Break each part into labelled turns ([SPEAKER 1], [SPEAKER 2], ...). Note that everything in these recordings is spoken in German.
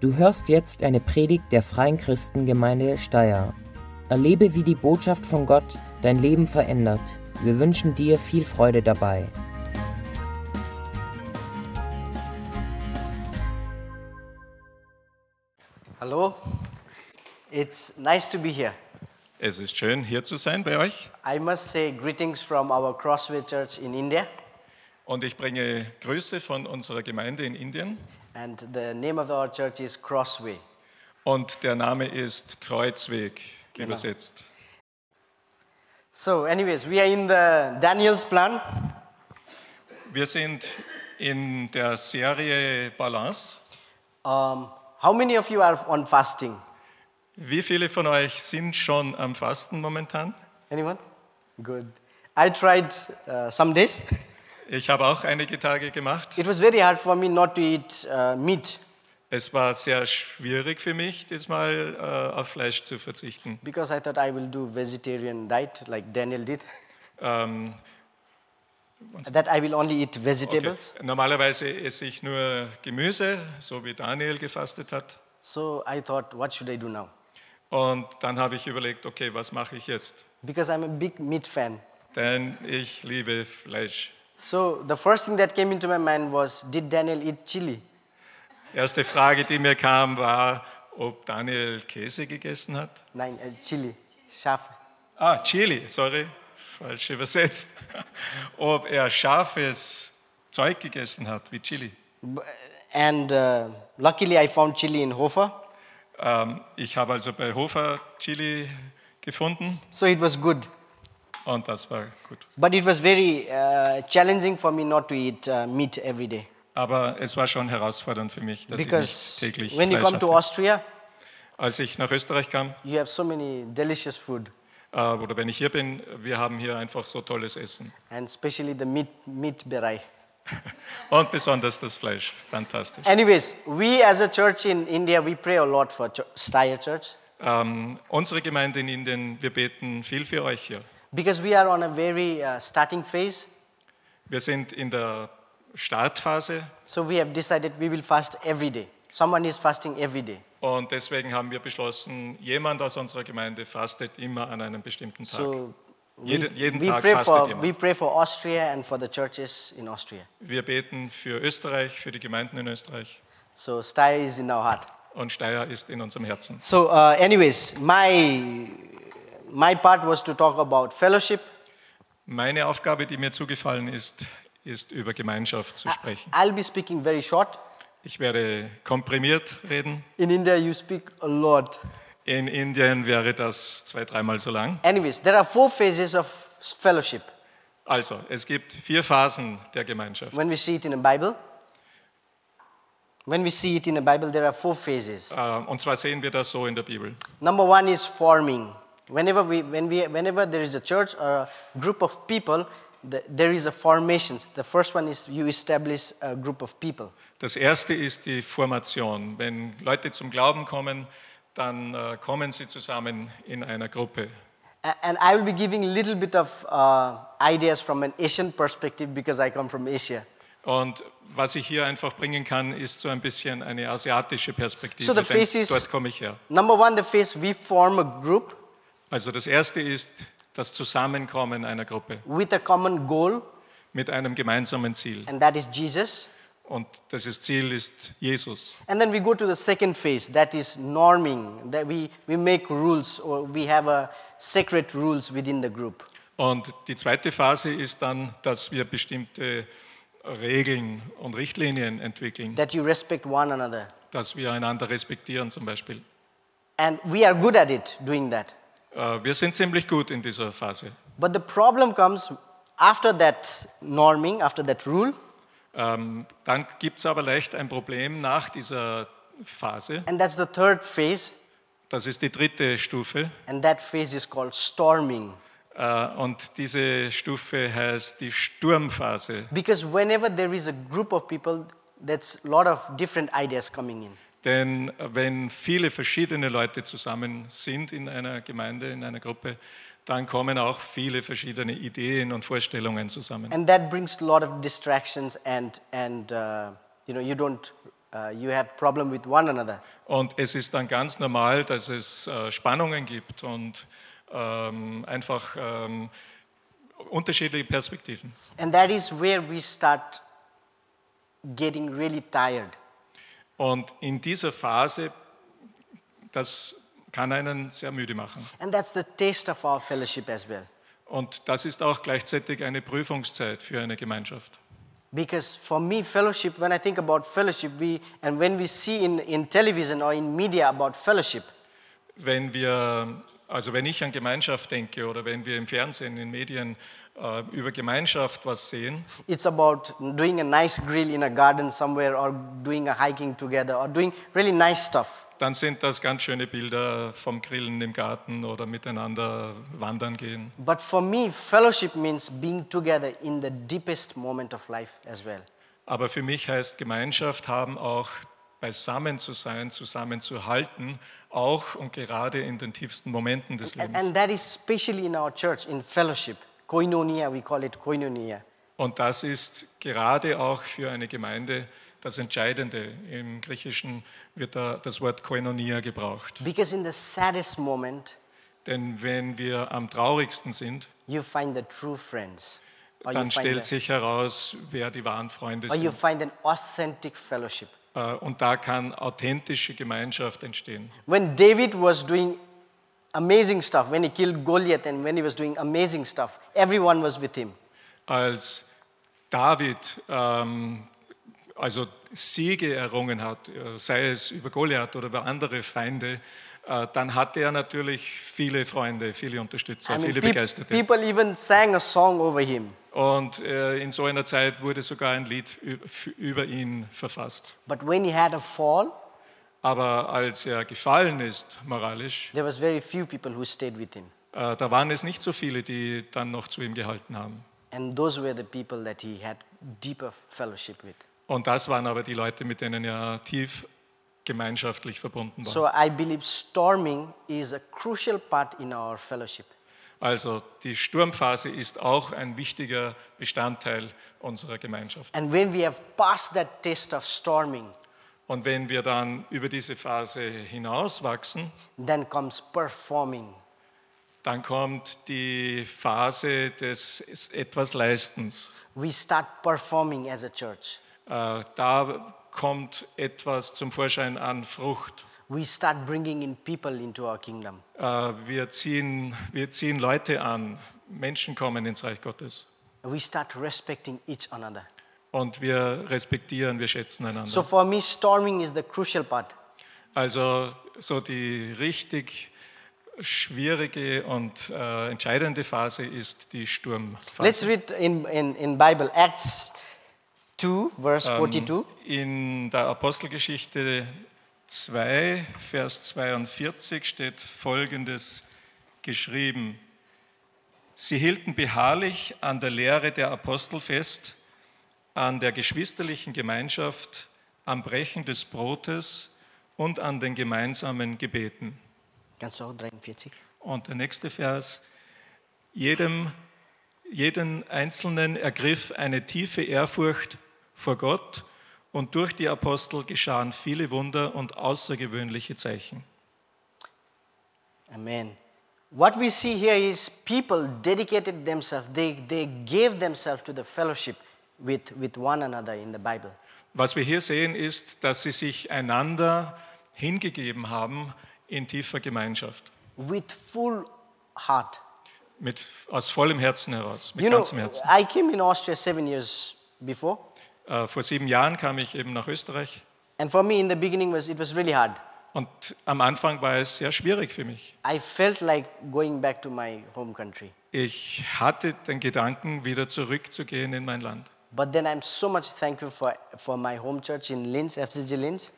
[SPEAKER 1] Du hörst jetzt eine Predigt der Freien Christengemeinde Steyr. Erlebe, wie die Botschaft von Gott dein Leben verändert. Wir wünschen dir viel Freude dabei.
[SPEAKER 2] Hello. It's nice to be here.
[SPEAKER 3] Es ist schön, hier zu sein bei euch.
[SPEAKER 2] I must say greetings from our Crossway Church in India.
[SPEAKER 3] Und ich bringe Grüße von unserer Gemeinde in Indien.
[SPEAKER 2] And the name of our church is Crossway.
[SPEAKER 3] Und der Name ist Kreuzweg übersetzt.
[SPEAKER 2] So, anyways, we are in the Daniel's plan.
[SPEAKER 3] Wir sind in der Serie Balance.
[SPEAKER 2] Um, how many of you are on fasting?
[SPEAKER 3] Wie viele von euch sind schon am Fasten momentan?
[SPEAKER 2] Anyone? Good. I tried uh, some days.
[SPEAKER 3] Ich habe auch einige Tage gemacht.
[SPEAKER 2] It was very hard for me not to eat uh, meat
[SPEAKER 3] Es war sehr schwierig für mich, diesmal äh, auf Fleisch zu verzichten.
[SPEAKER 2] because I thought I will do vegetarian diet like Daniel did.
[SPEAKER 3] Ähm,
[SPEAKER 2] That I will only eat
[SPEAKER 3] okay.
[SPEAKER 2] vegetables.
[SPEAKER 3] Normalerweise esse ich nur Gemüse, so wie Daniel gefastet hat.
[SPEAKER 2] So I thought, what should I do now?
[SPEAKER 3] Und dann habe ich überlegt, okay, was mache ich jetzt?
[SPEAKER 2] Because I'm a big meat fan.
[SPEAKER 3] Denn ich liebe Fleisch.
[SPEAKER 2] So the first thing that came into my mind was, did Daniel eat chili?
[SPEAKER 3] Erste Frage, die mir kam, war, ob Daniel Käse gegessen hat.
[SPEAKER 2] Nein, äh, chili, scharf.
[SPEAKER 3] Ah, Chili, sorry, falsch übersetzt. Ob er scharfes Zeug gegessen hat, wie Chili.
[SPEAKER 2] And uh, luckily I found chili in Hofa,
[SPEAKER 3] Ähm, ich habe also bei Hofer Chili gefunden
[SPEAKER 2] so it was good.
[SPEAKER 3] und das war gut.
[SPEAKER 2] But it was very uh, challenging for me not to eat uh, meat every day.
[SPEAKER 3] Aber es war schon herausfordernd für mich, dass
[SPEAKER 2] Because
[SPEAKER 3] ich nicht täglich
[SPEAKER 2] when you
[SPEAKER 3] Fleisch
[SPEAKER 2] come to
[SPEAKER 3] hatte.
[SPEAKER 2] Austria,
[SPEAKER 3] Als ich nach Österreich kam,
[SPEAKER 2] you have so many delicious food,
[SPEAKER 3] äh, oder wenn ich hier bin, wir haben hier einfach so tolles Essen.
[SPEAKER 2] and especially the meat, meat berai.
[SPEAKER 3] Und besonders das Fleisch, fantastisch.
[SPEAKER 2] Anyways, we as a church in India, we pray a lot for ch- Steyr Church
[SPEAKER 3] Ähm, unsere Gemeinde in Indien, wir beten viel für euch hier.
[SPEAKER 2] because we are on a very uh, starting phase.
[SPEAKER 3] Wir sind in der Startphase
[SPEAKER 2] So we have decided we will fast every day. Someone is fasting every day.
[SPEAKER 3] und deswegen haben wir beschlossen, jemand aus unserer Gemeinde fastet immer an einem bestimmten Tag.
[SPEAKER 2] So
[SPEAKER 3] jeden jeden
[SPEAKER 2] we
[SPEAKER 3] Tag
[SPEAKER 2] pray
[SPEAKER 3] fastet
[SPEAKER 2] for
[SPEAKER 3] jemand.
[SPEAKER 2] we pray for Austria and for the churches in Austria.
[SPEAKER 3] Wir beten für Österreich, für die Gemeinden in Österreich
[SPEAKER 2] So Steyr is in our heart.
[SPEAKER 3] und Steyr ist in unserem Herzen.
[SPEAKER 2] So, uh, anyways, my my part was to talk about fellowship.
[SPEAKER 3] Meine Aufgabe, die mir zugefallen ist, ist über Gemeinschaft zu sprechen.
[SPEAKER 2] I'll be speaking very short.
[SPEAKER 3] Ich werde komprimiert reden.
[SPEAKER 2] In India, you speak a lot.
[SPEAKER 3] In Indien wäre das zwei, dreimal so lang.
[SPEAKER 2] Anyways, there are four phases of fellowship
[SPEAKER 3] Also, es gibt vier Phasen der Gemeinschaft.
[SPEAKER 2] when we see it in the Bible. When we see it in the Bible, there are four phases.
[SPEAKER 3] Äh, Und zwar sehen wir das so in der Bibel.
[SPEAKER 2] Number one is forming. Whenever we, when we, whenever there is a church or a group of people, the, there is a formations. The first one is you establish a group of people.
[SPEAKER 3] Das erste ist die Formation. Wenn Leute zum Glauben kommen, dann äh, kommen sie zusammen in einer Gruppe.
[SPEAKER 2] A- And I will be giving a little bit of uh, ideas from an Asian perspective because I come from Asia.
[SPEAKER 3] Und was ich hier einfach bringen kann, ist so ein bisschen eine asiatische Perspektive.
[SPEAKER 2] So the
[SPEAKER 3] denn
[SPEAKER 2] face is-
[SPEAKER 3] dort komme ich her.
[SPEAKER 2] Number one, the phase we form a group
[SPEAKER 3] Also das erste ist das Zusammenkommen einer Gruppe
[SPEAKER 2] with a common goal,
[SPEAKER 3] mit einem gemeinsamen Ziel.
[SPEAKER 2] and that is Jesus.
[SPEAKER 3] Und das ist- Ziel ist Jesus.
[SPEAKER 2] And then we go to the second phase, that is norming, that we, we make rules or we have a sacred rules within the group.
[SPEAKER 3] Und die zweite Phase ist dann, dass wir bestimmte Regeln und Richtlinien entwickeln,
[SPEAKER 2] that you respect one another.
[SPEAKER 3] dass wir einander respektieren zum Beispiel.
[SPEAKER 2] And we are good at it doing that.
[SPEAKER 3] Äh, Wir sind ziemlich gut in dieser Phase.
[SPEAKER 2] But the problem comes after that norming, after that rule,
[SPEAKER 3] Ähm, Dann gibt es aber leicht ein Problem nach dieser Phase.
[SPEAKER 2] and that's the third phase,
[SPEAKER 3] Das ist die dritte Stufe.
[SPEAKER 2] and that phase is called storming.
[SPEAKER 3] Äh, Und diese Stufe heißt die Sturmphase.
[SPEAKER 2] Because whenever there is a group of people, that's a lot of different ideas coming in.
[SPEAKER 3] Denn äh, wenn viele verschiedene Leute zusammen sind in einer Gemeinde, in einer Gruppe, dann kommen auch viele verschiedene Ideen und Vorstellungen zusammen.
[SPEAKER 2] And that brings a lot of distractions, and, and uh, you know, you don't uh, you have problem with one another.
[SPEAKER 3] Und es ist dann ganz normal, dass es äh, Spannungen gibt und ähm, einfach ähm, unterschiedliche Perspektiven.
[SPEAKER 2] And that is where we start getting really tired.
[SPEAKER 3] Und in dieser Phase, das kann einen sehr müde machen.
[SPEAKER 2] And that's the taste of our fellowship as well.
[SPEAKER 3] Und das ist auch gleichzeitig eine Prüfungszeit für eine Gemeinschaft.
[SPEAKER 2] Because for me, fellowship, when I think about fellowship, we, and when we see in, in television or in media about fellowship,
[SPEAKER 3] Wenn wir, also wenn ich an Gemeinschaft denke oder wenn wir im Fernsehen, in Medien äh, über Gemeinschaft was sehen,
[SPEAKER 2] it's about doing a nice grill in a garden somewhere or doing a hiking together or doing really nice stuff.
[SPEAKER 3] dann sind das ganz schöne Bilder vom Grillen im Garten oder miteinander wandern gehen.
[SPEAKER 2] But for me, fellowship means being together in the deepest moment of life as well.
[SPEAKER 3] Aber für mich heißt Gemeinschaft haben auch beisammen zu sein, zusammen zu halten, auch und gerade in den tiefsten Momenten des
[SPEAKER 2] And,
[SPEAKER 3] Lebens.
[SPEAKER 2] and that is especially in our church, in fellowship. Koinonia, we call it koinonia.
[SPEAKER 3] Und das ist gerade auch für eine Gemeinde das Entscheidende. Im Griechischen wird da das Wort Koinonia gebraucht.
[SPEAKER 2] Because in the saddest moment,
[SPEAKER 3] Denn wenn wir am traurigsten sind,
[SPEAKER 2] you find the true friends. Or you
[SPEAKER 3] dann
[SPEAKER 2] find
[SPEAKER 3] stellt
[SPEAKER 2] the-
[SPEAKER 3] sich heraus, wer die wahren Freunde
[SPEAKER 2] or you
[SPEAKER 3] sind.
[SPEAKER 2] find an authentic fellowship.
[SPEAKER 3] Äh, Und da kann authentische Gemeinschaft entstehen.
[SPEAKER 2] When David was doing amazing stuff, when he killed Goliath and when he was doing amazing stuff, everyone was with him.
[SPEAKER 3] als David ähm, also Siege errungen hat, äh, sei es über Goliath oder über andere Feinde, äh, dann hatte er natürlich viele Freunde, viele Unterstützer, viele
[SPEAKER 2] peop-
[SPEAKER 3] Begeisterte.
[SPEAKER 2] people even sang a song over him.
[SPEAKER 3] Und äh, in so einer Zeit wurde sogar ein Lied ü- f- über ihn verfasst.
[SPEAKER 2] But when he had a fall,
[SPEAKER 3] Aber als er gefallen ist moralisch,
[SPEAKER 2] there was very few people who stayed with him.
[SPEAKER 3] äh, da waren es nicht so viele, die dann noch zu ihm gehalten haben.
[SPEAKER 2] And those were the people that he had deeper fellowship with.
[SPEAKER 3] Und das waren aber die Leute, mit denen er tief gemeinschaftlich verbunden war.
[SPEAKER 2] So I believe storming is a crucial part in our fellowship.
[SPEAKER 3] Also die Sturmphase ist auch ein wichtiger Bestandteil unserer Gemeinschaft.
[SPEAKER 2] And when we have passed that test of storming,
[SPEAKER 3] Und wenn wir dann über diese Phase hinauswachsen,
[SPEAKER 2] then comes performing.
[SPEAKER 3] dann kommt die Phase des etwas Leistens.
[SPEAKER 2] We start performing as a church.
[SPEAKER 3] Äh, Da kommt etwas zum Vorschein an Frucht.
[SPEAKER 2] We start bringing in people into our kingdom.
[SPEAKER 3] Äh, Wir ziehen, wir ziehen Leute an, Menschen kommen ins Reich Gottes.
[SPEAKER 2] We start respecting each another.
[SPEAKER 3] Und wir respektieren, wir schätzen einander.
[SPEAKER 2] So for me, storming is the crucial part.
[SPEAKER 3] Also so die richtig schwierige und äh, entscheidende Phase ist die
[SPEAKER 2] Let's
[SPEAKER 3] Sturmphase.
[SPEAKER 2] read in, in, in Bible, Acts 2, verse 42.
[SPEAKER 3] In der Apostelgeschichte 2, Vers 42 steht Folgendes geschrieben. Sie hielten beharrlich an der Lehre der Apostel fest, an der geschwisterlichen Gemeinschaft, am Brechen des Brotes und an den gemeinsamen Gebeten.
[SPEAKER 2] Kannst du auch 43?
[SPEAKER 3] Und der nächste Vers, jedem, jeden Einzelnen ergriff eine tiefe Ehrfurcht vor Gott und durch die Apostel geschahen viele Wunder und außergewöhnliche Zeichen.
[SPEAKER 2] Amen. What we see here is people dedicated themselves, they, they gave themselves to the fellowship with, with one another in the Bible.
[SPEAKER 3] Was wir hier sehen, ist, dass sie sich einander hingegeben haben in tiefer Gemeinschaft,
[SPEAKER 2] with full heart.
[SPEAKER 3] mit, aus vollem Herzen heraus, mit
[SPEAKER 2] You know,
[SPEAKER 3] ganzem Herzen.
[SPEAKER 2] I came in Austria seven years before,
[SPEAKER 3] Äh, vor sieben Jahren kam ich eben nach Österreich
[SPEAKER 2] and for me in the beginning was it was really hard.
[SPEAKER 3] und am Anfang war es sehr schwierig für mich.
[SPEAKER 2] I felt like going back to my home country,
[SPEAKER 3] Ich hatte den Gedanken, wieder zurückzugehen in mein Land.
[SPEAKER 2] but then I'm so much thankful for for my home church in Linz, FCG Linz,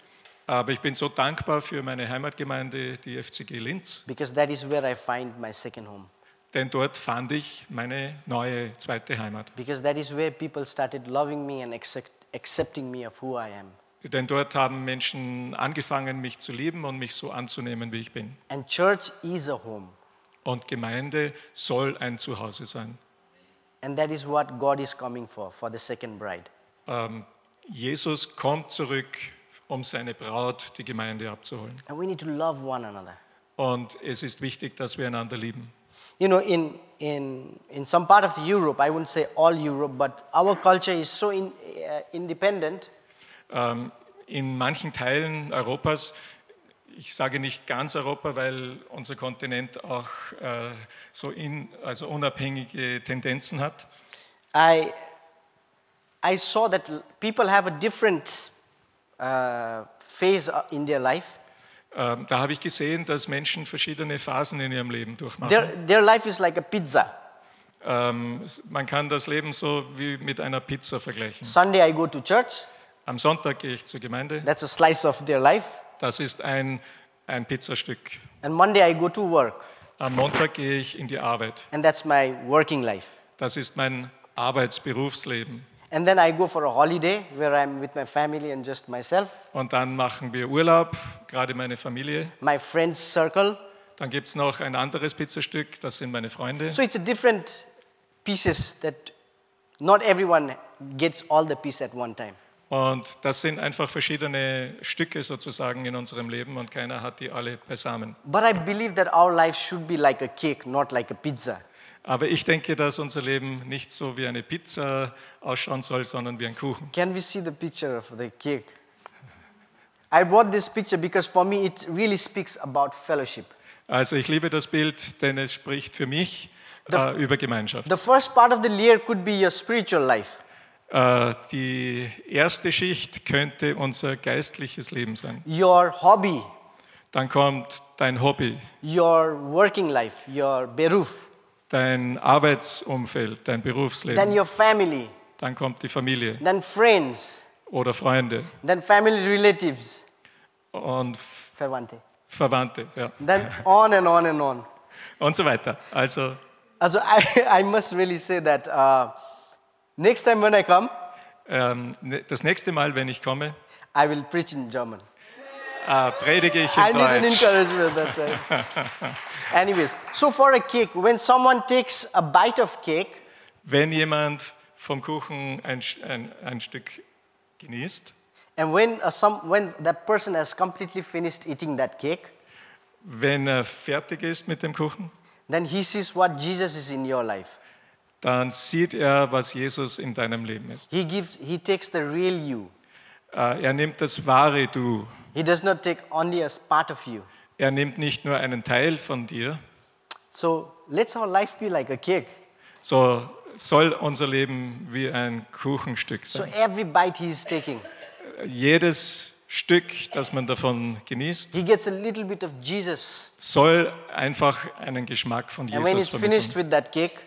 [SPEAKER 3] Aber ich bin so dankbar für meine Heimatgemeinde, die FCG Linz,
[SPEAKER 2] because that is where I find my second home.
[SPEAKER 3] denn dort fand ich meine neue zweite Heimat.
[SPEAKER 2] Because that is where people started loving me and accept, accepting me of who I am.
[SPEAKER 3] Denn dort haben Menschen angefangen, mich zu lieben und mich so anzunehmen, wie ich bin.
[SPEAKER 2] And church is a home,
[SPEAKER 3] Und Gemeinde soll ein Zuhause sein.
[SPEAKER 2] and that is what God is coming for for the second bride.
[SPEAKER 3] Jesus kommt zurück um seine Braut, die Gemeinde, abzuholen.
[SPEAKER 2] And we need to love one another.
[SPEAKER 3] Und es ist wichtig, dass wir einander lieben.
[SPEAKER 2] You know, in, in, in some part of Europe, I wouldn't say all Europe, but our culture is so in, uh, independent
[SPEAKER 3] Ähm, in manchen Teilen Europas, ich sage nicht ganz Europa, weil unser Kontinent auch äh, so in, also unabhängige Tendenzen hat.
[SPEAKER 2] I, I saw that l- people have a different uh, phase uh, in their life.
[SPEAKER 3] Ähm, da habe ich gesehen, dass Menschen verschiedene Phasen in ihrem Leben durchmachen.
[SPEAKER 2] Their, their life is like a pizza.
[SPEAKER 3] Ähm, man kann das Leben so wie mit einer Pizza vergleichen.
[SPEAKER 2] Sunday, I go to church.
[SPEAKER 3] Am Sonntag gehe ich zur Gemeinde,
[SPEAKER 2] That's a slice of their life.
[SPEAKER 3] das ist ein, ein Pizzastück.
[SPEAKER 2] And Monday, I go to work.
[SPEAKER 3] Am Montag gehe ich in die Arbeit,
[SPEAKER 2] And that's my working life.
[SPEAKER 3] das ist mein Arbeitsberufsleben.
[SPEAKER 2] And then I go for a holiday where I'm with my family and just myself,
[SPEAKER 3] Und dann machen wir Urlaub, gerade meine Familie.
[SPEAKER 2] my friend's circle.
[SPEAKER 3] Dann gibt es noch ein anderes Pizzastück, das sind meine Freunde.
[SPEAKER 2] So it's a different pieces that not everyone gets all the piece at one time.
[SPEAKER 3] Und das sind einfach verschiedene Stücke sozusagen in unserem Leben und keiner hat die alle beisammen.
[SPEAKER 2] But I believe that our life should be like a cake, not like a pizza.
[SPEAKER 3] Aber ich denke, dass unser Leben nicht so wie eine Pizza ausschauen soll, sondern wie ein Kuchen.
[SPEAKER 2] Can we see the picture of the cake? I brought this picture because for me it really speaks about fellowship.
[SPEAKER 3] Also ich liebe das Bild, denn es spricht für mich äh, über Gemeinschaft.
[SPEAKER 2] The first part of the layer could be your spiritual life.
[SPEAKER 3] Äh, die erste Schicht könnte unser geistliches Leben sein.
[SPEAKER 2] your hobby,
[SPEAKER 3] Dann kommt dein Hobby,
[SPEAKER 2] your working life, your beruf,
[SPEAKER 3] dein Arbeitsumfeld, dein
[SPEAKER 2] then
[SPEAKER 3] Berufsleben.
[SPEAKER 2] your family,
[SPEAKER 3] Dann kommt die Familie
[SPEAKER 2] then friends,
[SPEAKER 3] oder Freunde
[SPEAKER 2] then family relatives,
[SPEAKER 3] und F-
[SPEAKER 2] Verwandte,
[SPEAKER 3] Verwandte ja.
[SPEAKER 2] then on and on and on.
[SPEAKER 3] und so weiter. Also
[SPEAKER 2] Also I, I must really say that uh, next time when I come,
[SPEAKER 3] ähm, ne- das nächste Mal, wenn ich komme,
[SPEAKER 2] I will preach in German.
[SPEAKER 3] äh, predige ich
[SPEAKER 2] I
[SPEAKER 3] in
[SPEAKER 2] need an
[SPEAKER 3] Deutsch.
[SPEAKER 2] encouragement that time. Anyways, so for a cake, when someone takes a bite of cake,
[SPEAKER 3] Wenn jemand vom Kuchen ein, Sch- ein, ein Stück genießt,
[SPEAKER 2] and when, uh, some, when that person has completely finished eating that cake,
[SPEAKER 3] wenn er fertig ist mit dem Kuchen,
[SPEAKER 2] then he sees what Jesus is in your life.
[SPEAKER 3] dann sieht er, was Jesus in deinem Leben ist.
[SPEAKER 2] He gives he takes the real you.
[SPEAKER 3] Äh, Er nimmt das wahre Du.
[SPEAKER 2] He does not take only a part of you.
[SPEAKER 3] Er nimmt nicht nur einen Teil von dir,
[SPEAKER 2] So let's our life be like a cake.
[SPEAKER 3] so soll unser Leben wie ein Kuchenstück
[SPEAKER 2] So
[SPEAKER 3] sein.
[SPEAKER 2] every bite he is taking,
[SPEAKER 3] Jedes Stück, das man davon genießt,
[SPEAKER 2] he gets a little bit of Jesus.
[SPEAKER 3] soll einfach einen Geschmack von
[SPEAKER 2] And when
[SPEAKER 3] Jesus
[SPEAKER 2] he's finished
[SPEAKER 3] vermitteln.
[SPEAKER 2] with that cake,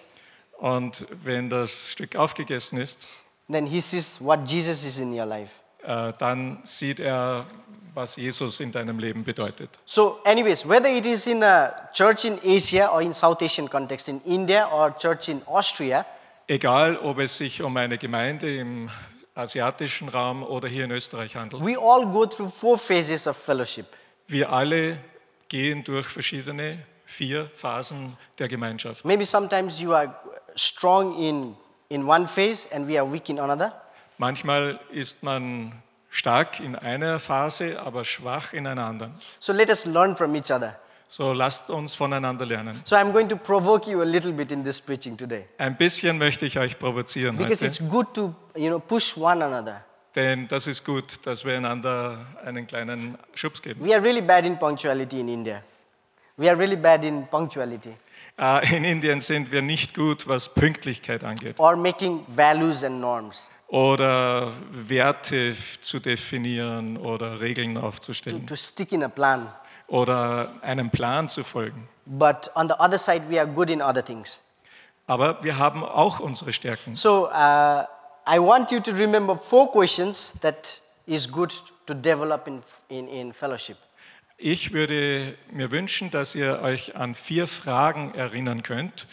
[SPEAKER 3] Und wenn das Stück aufgegessen ist,
[SPEAKER 2] then he sees what Jesus is in your life.
[SPEAKER 3] äh, dann sieht er, was Jesus in deinem Leben bedeutet.
[SPEAKER 2] So, anyways, whether it is in a church in Asia or in South Asian context, in India or church in Austria,
[SPEAKER 3] Egal, ob es sich um eine Gemeinde im asiatischen Raum oder hier in Österreich handelt,
[SPEAKER 2] we all go through four phases of fellowship.
[SPEAKER 3] wir alle gehen durch verschiedene vier Phasen der Gemeinschaft.
[SPEAKER 2] Maybe sometimes you are strong in, in one phase and we are weak in another.
[SPEAKER 3] Manchmal ist man stark in einer Phase, aber schwach in einer anderen.
[SPEAKER 2] So let us learn from each other.
[SPEAKER 3] So lasst uns voneinander lernen.
[SPEAKER 2] So I'm going to provoke you a little bit in this preaching today
[SPEAKER 3] Ein bisschen möchte ich euch provozieren,
[SPEAKER 2] because
[SPEAKER 3] heute,
[SPEAKER 2] it's good to you know push one another.
[SPEAKER 3] denn das ist gut, dass wir einander einen kleinen Schubs geben.
[SPEAKER 2] We are really bad in punctuality in India. We are really bad in punctuality
[SPEAKER 3] Äh, In Indien sind wir nicht gut, was Pünktlichkeit angeht
[SPEAKER 2] or making values and norms
[SPEAKER 3] oder Werte f- zu definieren oder Regeln
[SPEAKER 2] to,
[SPEAKER 3] aufzustellen
[SPEAKER 2] to stick in a plan.
[SPEAKER 3] oder einem Plan zu folgen.
[SPEAKER 2] But on the other side, we are good in other things.
[SPEAKER 3] Aber wir haben auch unsere Stärken.
[SPEAKER 2] So uh, I want you to remember four questions that is good to develop in, in, in fellowship.
[SPEAKER 3] Ich würde mir wünschen, dass ihr euch an vier Fragen erinnern könnt,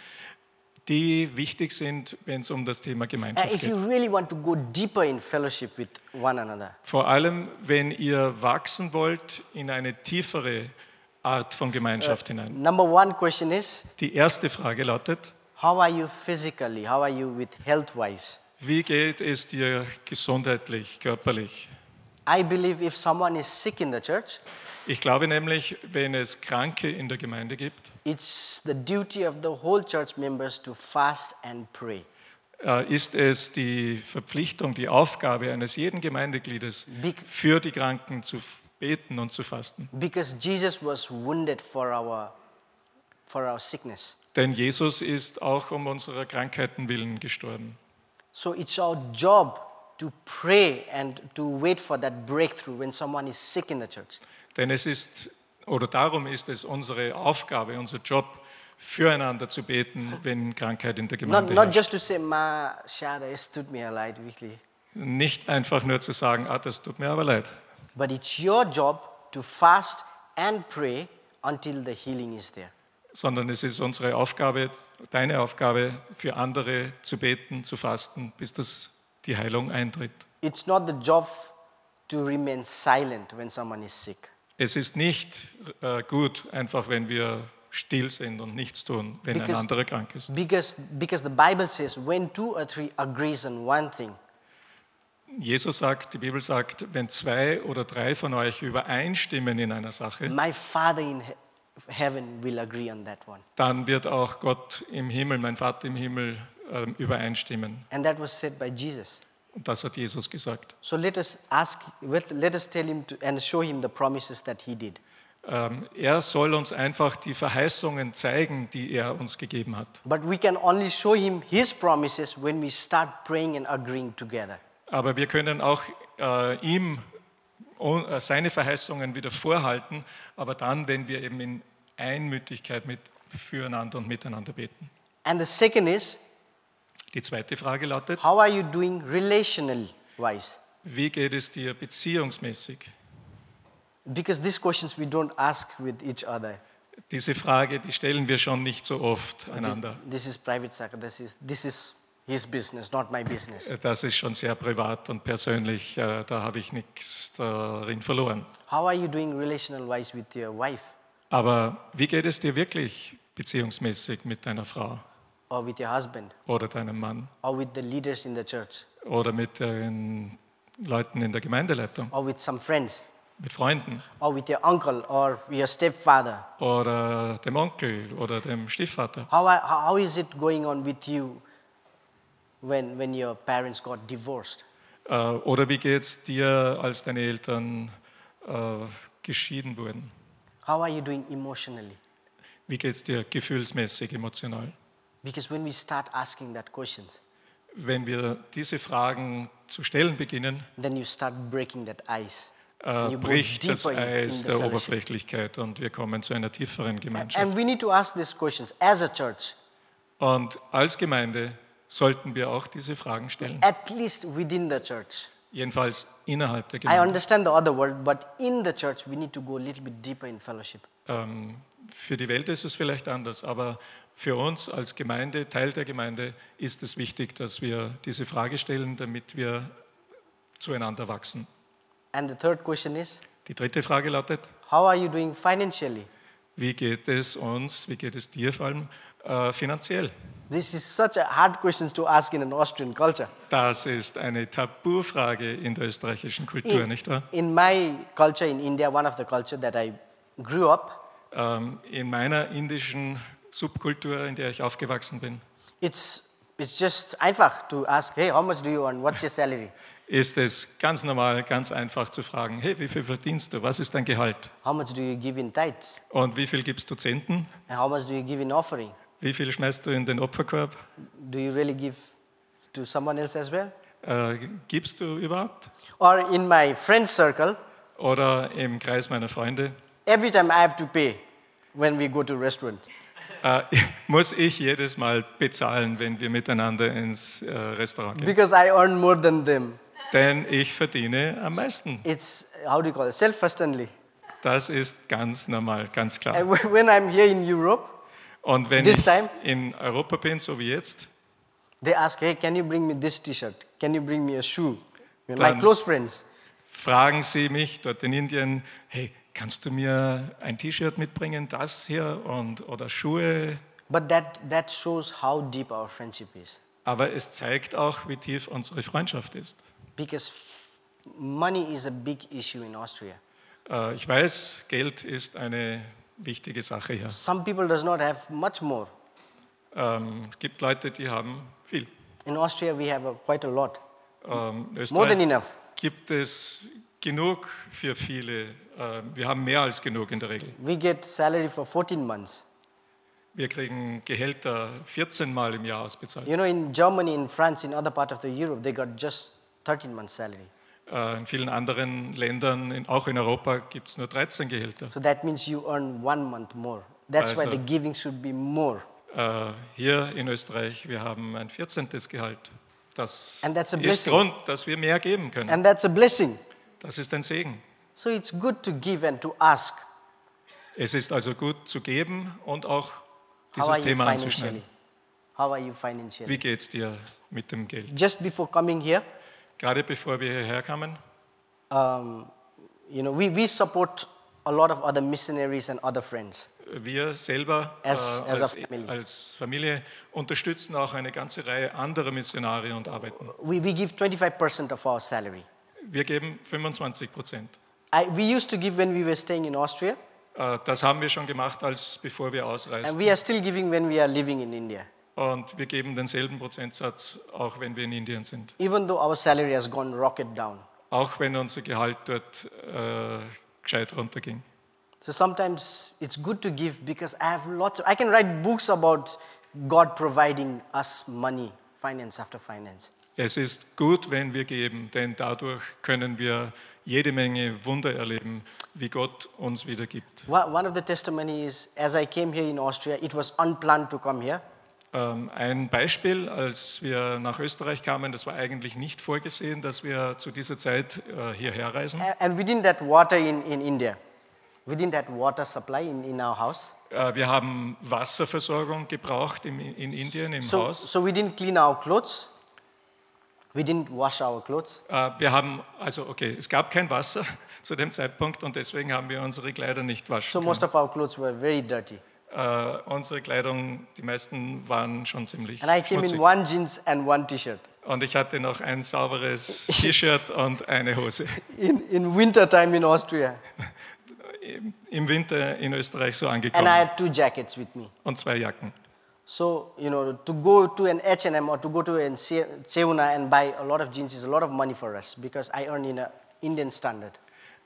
[SPEAKER 3] die wichtig sind, wenn es um das Thema
[SPEAKER 2] And
[SPEAKER 3] Gemeinschaft
[SPEAKER 2] Uh, if you
[SPEAKER 3] geht.
[SPEAKER 2] really want to go deeper in fellowship with one another,
[SPEAKER 3] Vor allem, wenn ihr wachsen wollt in eine tiefere Art von Gemeinschaft hinein.
[SPEAKER 2] number one question is
[SPEAKER 3] Die erste Frage lautet,
[SPEAKER 2] How are you physically? How are you with health wise?
[SPEAKER 3] wie geht es dir gesundheitlich, körperlich?
[SPEAKER 2] I believe if someone is sick in the church,
[SPEAKER 3] Ich glaube nämlich, wenn es Kranke in der Gemeinde gibt,
[SPEAKER 2] it's the duty of the whole church members to fast and pray.
[SPEAKER 3] äh, ist es die Verpflichtung, die Aufgabe eines jeden Gemeindegliedes,
[SPEAKER 2] Big-
[SPEAKER 3] für die Kranken zu f- beten und zu fasten.
[SPEAKER 2] Because Jesus was wounded for our, for our sickness.
[SPEAKER 3] Denn Jesus ist auch um unserer Krankheiten willen gestorben.
[SPEAKER 2] So it's our job to pray and to wait for that breakthrough when someone is sick in the church.
[SPEAKER 3] Denn es ist, oder darum ist es unsere Aufgabe, unser Job, füreinander zu beten, wenn Krankheit in der
[SPEAKER 2] Not,
[SPEAKER 3] Gemeinde
[SPEAKER 2] not
[SPEAKER 3] herrscht.
[SPEAKER 2] just to say, Ma, Shada, es tut mir leid, wirklich.
[SPEAKER 3] Nicht einfach nur zu sagen, ah, das tut mir aber leid.
[SPEAKER 2] But it's your job to fast and pray until the healing is there.
[SPEAKER 3] sondern es ist unsere Aufgabe, deine Aufgabe, für andere zu beten, zu fasten, bis das die Heilung eintritt.
[SPEAKER 2] It's not the job to remain silent when someone is sick.
[SPEAKER 3] Es ist nicht äh, gut, einfach wenn wir still sind und nichts tun, wenn ein
[SPEAKER 2] Because-
[SPEAKER 3] anderer krank ist.
[SPEAKER 2] Because, because the Bible says, when two or three agrees on one thing,
[SPEAKER 3] Jesus sagt, die Bibel sagt, wenn zwei oder drei von euch übereinstimmen in einer Sache,
[SPEAKER 2] my Father in he- heaven will agree on that one.
[SPEAKER 3] dann wird auch Gott im Himmel, mein Vater im Himmel, ähm, übereinstimmen.
[SPEAKER 2] And that was said by Jesus.
[SPEAKER 3] Und das hat Jesus gesagt.
[SPEAKER 2] So let us ask, let, let us tell him to, and show him the promises that he did.
[SPEAKER 3] Ähm, er soll uns einfach die Verheißungen zeigen, die er uns gegeben hat.
[SPEAKER 2] But we can only show him his promises when we start praying and agreeing together.
[SPEAKER 3] Aber wir können auch äh, ihm o- äh, seine Verheißungen wieder vorhalten, aber dann, wenn wir eben in Einmütigkeit mit füreinander und miteinander beten.
[SPEAKER 2] And the second is,
[SPEAKER 3] Die zweite Frage lautet,
[SPEAKER 2] how are you doing relational wise?
[SPEAKER 3] wie geht es dir beziehungsmäßig?
[SPEAKER 2] Because these questions we don't ask with each other.
[SPEAKER 3] Diese Frage, die stellen wir schon nicht so oft einander.
[SPEAKER 2] This is private sector. This is this is his business, not my business.
[SPEAKER 3] Das ist schon sehr privat und persönlich, äh, da habe ich nichts darin verloren.
[SPEAKER 2] How are you doing relational wise with your wife
[SPEAKER 3] Aber wie geht es dir wirklich beziehungsmäßig mit deiner Frau
[SPEAKER 2] or with your husband
[SPEAKER 3] oder deinem Mann
[SPEAKER 2] or with the leaders in the church
[SPEAKER 3] oder mit den Leuten in der Gemeindeleitung?
[SPEAKER 2] or with some friends
[SPEAKER 3] mit Freunden
[SPEAKER 2] or with your uncle or your stepfather?
[SPEAKER 3] oder dem Onkel oder dem Stiefvater?
[SPEAKER 2] How are, how how is it going on with you when when your parents got divorced?
[SPEAKER 3] Äh, Oder wie geht es dir, als deine Eltern äh, geschieden wurden?
[SPEAKER 2] How are you doing emotionally?
[SPEAKER 3] Wie geht es dir gefühlsmäßig, emotional?
[SPEAKER 2] Because when we start asking that questions,
[SPEAKER 3] Wenn wir diese Fragen zu stellen beginnen,
[SPEAKER 2] then you start breaking that ice.
[SPEAKER 3] äh,
[SPEAKER 2] You go
[SPEAKER 3] bricht das
[SPEAKER 2] deeper in- in
[SPEAKER 3] Eis
[SPEAKER 2] the
[SPEAKER 3] der
[SPEAKER 2] fellowship.
[SPEAKER 3] Oberflächlichkeit und wir kommen zu einer tieferen Gemeinschaft.
[SPEAKER 2] And we need to ask these questions as a church,
[SPEAKER 3] Und als Gemeinde sollten wir auch diese Fragen stellen,
[SPEAKER 2] at least within the church.
[SPEAKER 3] jedenfalls innerhalb der
[SPEAKER 2] I
[SPEAKER 3] Gemeinde.
[SPEAKER 2] understand the other world, but in the church, we need to go a little bit deeper in fellowship.
[SPEAKER 3] Ähm, für die Welt ist es vielleicht anders, aber für uns als Gemeinde, Teil der Gemeinde, ist es wichtig, dass wir diese Frage stellen, damit wir zueinander wachsen.
[SPEAKER 2] And the third question is
[SPEAKER 3] Die dritte Frage lautet,
[SPEAKER 2] how are you doing financially?
[SPEAKER 3] wie geht es uns, wie geht es dir vor allem äh, finanziell?
[SPEAKER 2] This is such a hard question to ask in an Austrian culture.
[SPEAKER 3] Das ist eine Tabufrage in der österreichischen Kultur,
[SPEAKER 2] In,
[SPEAKER 3] nicht wahr?
[SPEAKER 2] in my culture in India, one of the culture that I grew up,
[SPEAKER 3] Ähm, in meiner indischen Subkultur, in der ich aufgewachsen bin,
[SPEAKER 2] it's, it's just einfach to ask, hey, how much do you earn? What's your salary?
[SPEAKER 3] ist es ganz normal, ganz einfach zu fragen, hey, wie viel verdienst du, was ist dein Gehalt?
[SPEAKER 2] How much do you give in tithes?
[SPEAKER 3] Und wie viel gibst du Zehnten?
[SPEAKER 2] And how much do you give in offering?
[SPEAKER 3] Wie viel schmeißt du in den Opferkorb?
[SPEAKER 2] Do you really give to someone else as well?
[SPEAKER 3] Äh, gibst du überhaupt?
[SPEAKER 2] Or in my friend circle,
[SPEAKER 3] Oder im Kreis meiner Freunde?
[SPEAKER 2] every time I have to pay when we go to restaurant.
[SPEAKER 3] Äh, muss ich jedes Mal bezahlen, wenn wir miteinander ins äh, Restaurant gehen?
[SPEAKER 2] because I earn more than them.
[SPEAKER 3] Denn ich verdiene am meisten.
[SPEAKER 2] It's how do you call it? Self-sustainably.
[SPEAKER 3] Das ist ganz normal, ganz klar.
[SPEAKER 2] And when I'm here in Europe,
[SPEAKER 3] Und wenn
[SPEAKER 2] This
[SPEAKER 3] ich
[SPEAKER 2] time?
[SPEAKER 3] in Europa bin, so wie jetzt,
[SPEAKER 2] they ask, "Hey, can you bring me this T-shirt? Can you bring me a shoe?" My
[SPEAKER 3] Done.
[SPEAKER 2] close friends.
[SPEAKER 3] fragen sie mich dort in Indien, hey, kannst du mir ein T-Shirt mitbringen, das hier und, oder Schuhe?
[SPEAKER 2] But that that shows how deep our friendship is,
[SPEAKER 3] Aber es zeigt auch, wie tief unsere Freundschaft ist.
[SPEAKER 2] because f- Money is a big issue in Austria.
[SPEAKER 3] Äh, Ich weiß, Geld ist eine wichtige Sache hier.
[SPEAKER 2] Some people does not have much more.
[SPEAKER 3] Ähm, Es gibt Leute, die haben viel.
[SPEAKER 2] In Austria, we have a, quite a lot,
[SPEAKER 3] Ähm,
[SPEAKER 2] more than
[SPEAKER 3] Österreich
[SPEAKER 2] enough.
[SPEAKER 3] gibt es genug für viele. Äh, Wir haben mehr als genug in der Regel.
[SPEAKER 2] We get salary for 14 months.
[SPEAKER 3] Wir kriegen Gehälter 14 Mal im Jahr ausbezahlt.
[SPEAKER 2] You know, in Germany, in France, in other part of the Europe, they got just 13 months salary.
[SPEAKER 3] Äh, In vielen anderen Ländern, in- auch in Europa, gibt es nur 13 Gehälter.
[SPEAKER 2] So that means you earn one month more. That's why
[SPEAKER 3] Also-
[SPEAKER 2] the giving should be more.
[SPEAKER 3] Äh, Hier in Österreich, wir haben ein 14. Gehalt. Das
[SPEAKER 2] And that's a
[SPEAKER 3] ist
[SPEAKER 2] blessing.
[SPEAKER 3] Grund, dass wir mehr geben können.
[SPEAKER 2] And that's a blessing.
[SPEAKER 3] Das ist ein Segen.
[SPEAKER 2] So it's good to give and to ask,
[SPEAKER 3] Es ist also gut zu geben und auch
[SPEAKER 2] how are
[SPEAKER 3] dieses
[SPEAKER 2] you
[SPEAKER 3] Thema
[SPEAKER 2] financially?
[SPEAKER 3] anzuschneiden.
[SPEAKER 2] How are you financially?
[SPEAKER 3] Wie geht es dir mit dem Geld?
[SPEAKER 2] Just before coming here,
[SPEAKER 3] Gerade bevor wir hierher kamen,
[SPEAKER 2] um, you know, we, we support a lot of other missionaries and other friends.
[SPEAKER 3] wir selber
[SPEAKER 2] As-
[SPEAKER 3] äh,
[SPEAKER 2] as a
[SPEAKER 3] als,
[SPEAKER 2] family.
[SPEAKER 3] als Familie unterstützen auch eine ganze Reihe anderer Missionare und arbeiten.
[SPEAKER 2] We, we give 25% of our salary.
[SPEAKER 3] Wir geben 25 Prozent.
[SPEAKER 2] I, we used to give when we were staying in Austria,
[SPEAKER 3] Äh, Das haben wir schon gemacht, als bevor wir
[SPEAKER 2] and
[SPEAKER 3] ausreisten.
[SPEAKER 2] we are still giving when we are living in India,
[SPEAKER 3] Und wir geben denselben Prozentsatz, auch wenn wir in Indien sind.
[SPEAKER 2] even though our salary has gone rocket down.
[SPEAKER 3] Auch wenn unser Gehalt dort äh, gescheit runterging.
[SPEAKER 2] So sometimes it's good to give because I have lots of, I can write books about God providing us money, finance after finance.
[SPEAKER 3] Es ist gut, wenn wir geben, denn dadurch können wir jede Menge Wunder erleben, wie Gott uns wiedergibt.
[SPEAKER 2] One one of the testimonies, as I came here in Austria, it was unplanned to come here.
[SPEAKER 3] Ähm, ein Beispiel, als wir nach Österreich kamen, das war eigentlich nicht vorgesehen, dass wir zu dieser Zeit äh, hierher reisen.
[SPEAKER 2] A- And we didn't have water in, in India. We didn't have water supply in, in our house.
[SPEAKER 3] Äh, wir haben Wasserversorgung gebraucht im, in Indien, im
[SPEAKER 2] So,
[SPEAKER 3] Haus.
[SPEAKER 2] so we didn't clean our clothes. We didn't wash our clothes.
[SPEAKER 3] Äh, Wir haben, also okay, es gab kein Wasser zu dem Zeitpunkt und deswegen haben wir unsere Kleider nicht
[SPEAKER 2] So
[SPEAKER 3] waschen
[SPEAKER 2] most of our clothes were very dirty.
[SPEAKER 3] können. Äh, unsere Kleidung, die meisten waren schon ziemlich
[SPEAKER 2] And I came in
[SPEAKER 3] schmutzig.
[SPEAKER 2] one jeans and one t-shirt.
[SPEAKER 3] Und ich hatte noch ein sauberes T-Shirt und eine Hose.
[SPEAKER 2] In, in winter time in Austria.
[SPEAKER 3] Im Winter in Österreich so
[SPEAKER 2] And I
[SPEAKER 3] angekommen
[SPEAKER 2] had two jackets with me.
[SPEAKER 3] und zwei Jacken.
[SPEAKER 2] So, you know, to go to an H&M or to go to an Seuna and buy a lot of jeans is a lot of money for us because I earn in a Indian standard.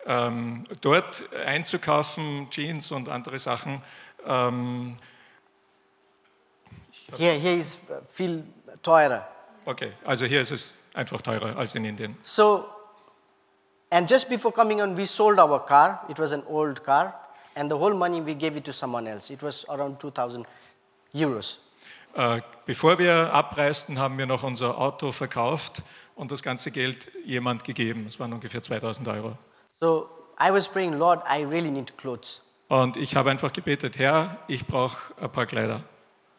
[SPEAKER 3] Ähm, dort einzukaufen, Jeans und andere Sachen, ähm,
[SPEAKER 2] Here, here is uh, Phil Toira.
[SPEAKER 3] okay, also hier ist es einfach teurer als in Indien.
[SPEAKER 2] So, and just before coming on, we sold our car. It was an old car. And the whole money, we gave it to someone else. It was around 2,000 euros.
[SPEAKER 3] Äh, Bevor wir abreisten, haben wir noch unser Auto verkauft und das ganze Geld jemand gegeben. Es waren ungefähr 2000 Euro.
[SPEAKER 2] So I was praying, Lord, I really need clothes.
[SPEAKER 3] Und ich habe einfach gebetet, Herr, ich brauche ein paar Kleider.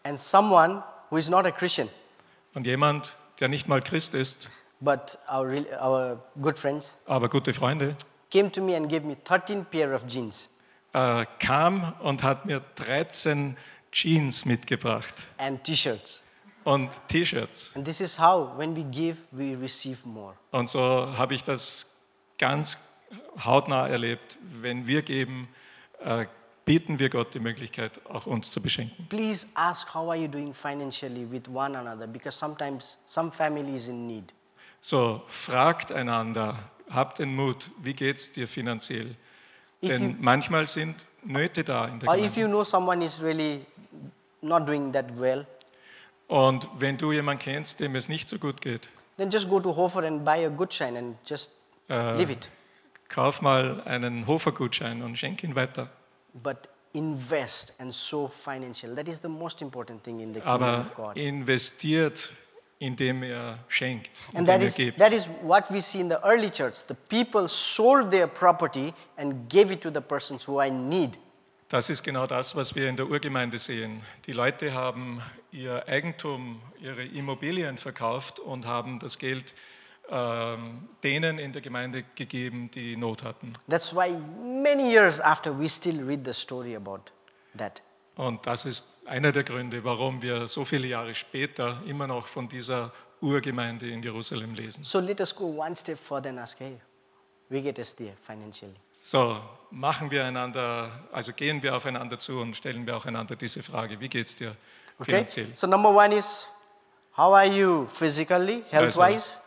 [SPEAKER 2] And someone who is not a Christian,
[SPEAKER 3] Und jemand, der nicht mal Christ ist,
[SPEAKER 2] but our, real- our good friends,
[SPEAKER 3] aber gute Freunde,
[SPEAKER 2] came to me and gave me 13 pair of jeans
[SPEAKER 3] äh, kam und hat mir 13 Jeans mitgebracht
[SPEAKER 2] and t-shirts.
[SPEAKER 3] und T-Shirts.
[SPEAKER 2] And this is how, when we give, we receive more.
[SPEAKER 3] Und so habe ich das ganz hautnah erlebt. Wenn wir geben, äh, bieten wir Gott die Möglichkeit, auch uns zu beschenken.
[SPEAKER 2] Please ask how are you doing financially with one another because sometimes some family is in need.
[SPEAKER 3] So, fragt einander, habt den Mut, wie geht's dir finanziell?
[SPEAKER 2] If you-
[SPEAKER 3] Denn manchmal sind Nöte da in der
[SPEAKER 2] Or if
[SPEAKER 3] Gemeinde.
[SPEAKER 2] you know someone is really not doing that well,
[SPEAKER 3] Und wenn du jemanden kennst, dem es nicht so gut geht,
[SPEAKER 2] then just go to Hofer and buy a good shine and just leave it.
[SPEAKER 3] kauf mal einen Hofergutschein und schenk ihn weiter.
[SPEAKER 2] But invest and sow financial. That is the most important thing in the kingdom
[SPEAKER 3] Aber
[SPEAKER 2] of God.
[SPEAKER 3] investiert, indem er schenkt,
[SPEAKER 2] And
[SPEAKER 3] indem
[SPEAKER 2] that
[SPEAKER 3] er
[SPEAKER 2] is,
[SPEAKER 3] gibt.
[SPEAKER 2] that is what we see in the early church. The people sold their property and gave it to the persons who are in need.
[SPEAKER 3] Das ist genau das, was wir in der Urgemeinde sehen. Die Leute haben ihr Eigentum, ihre Immobilien verkauft und haben das Geld ähm, denen in der Gemeinde gegeben, die Not hatten.
[SPEAKER 2] That's why many years after we still read the story about that.
[SPEAKER 3] Und das ist einer der Gründe, warum wir so viele Jahre später immer noch von dieser Urgemeinde in Jerusalem lesen.
[SPEAKER 2] So let us go one step further and ask, hey, we get SDA financially.
[SPEAKER 3] So, machen wir einander, also gehen wir aufeinander zu und stellen wir auch einander diese Frage, wie geht's dir
[SPEAKER 2] Okay?
[SPEAKER 3] finanziell?
[SPEAKER 2] So number one is how are you physically, health wise?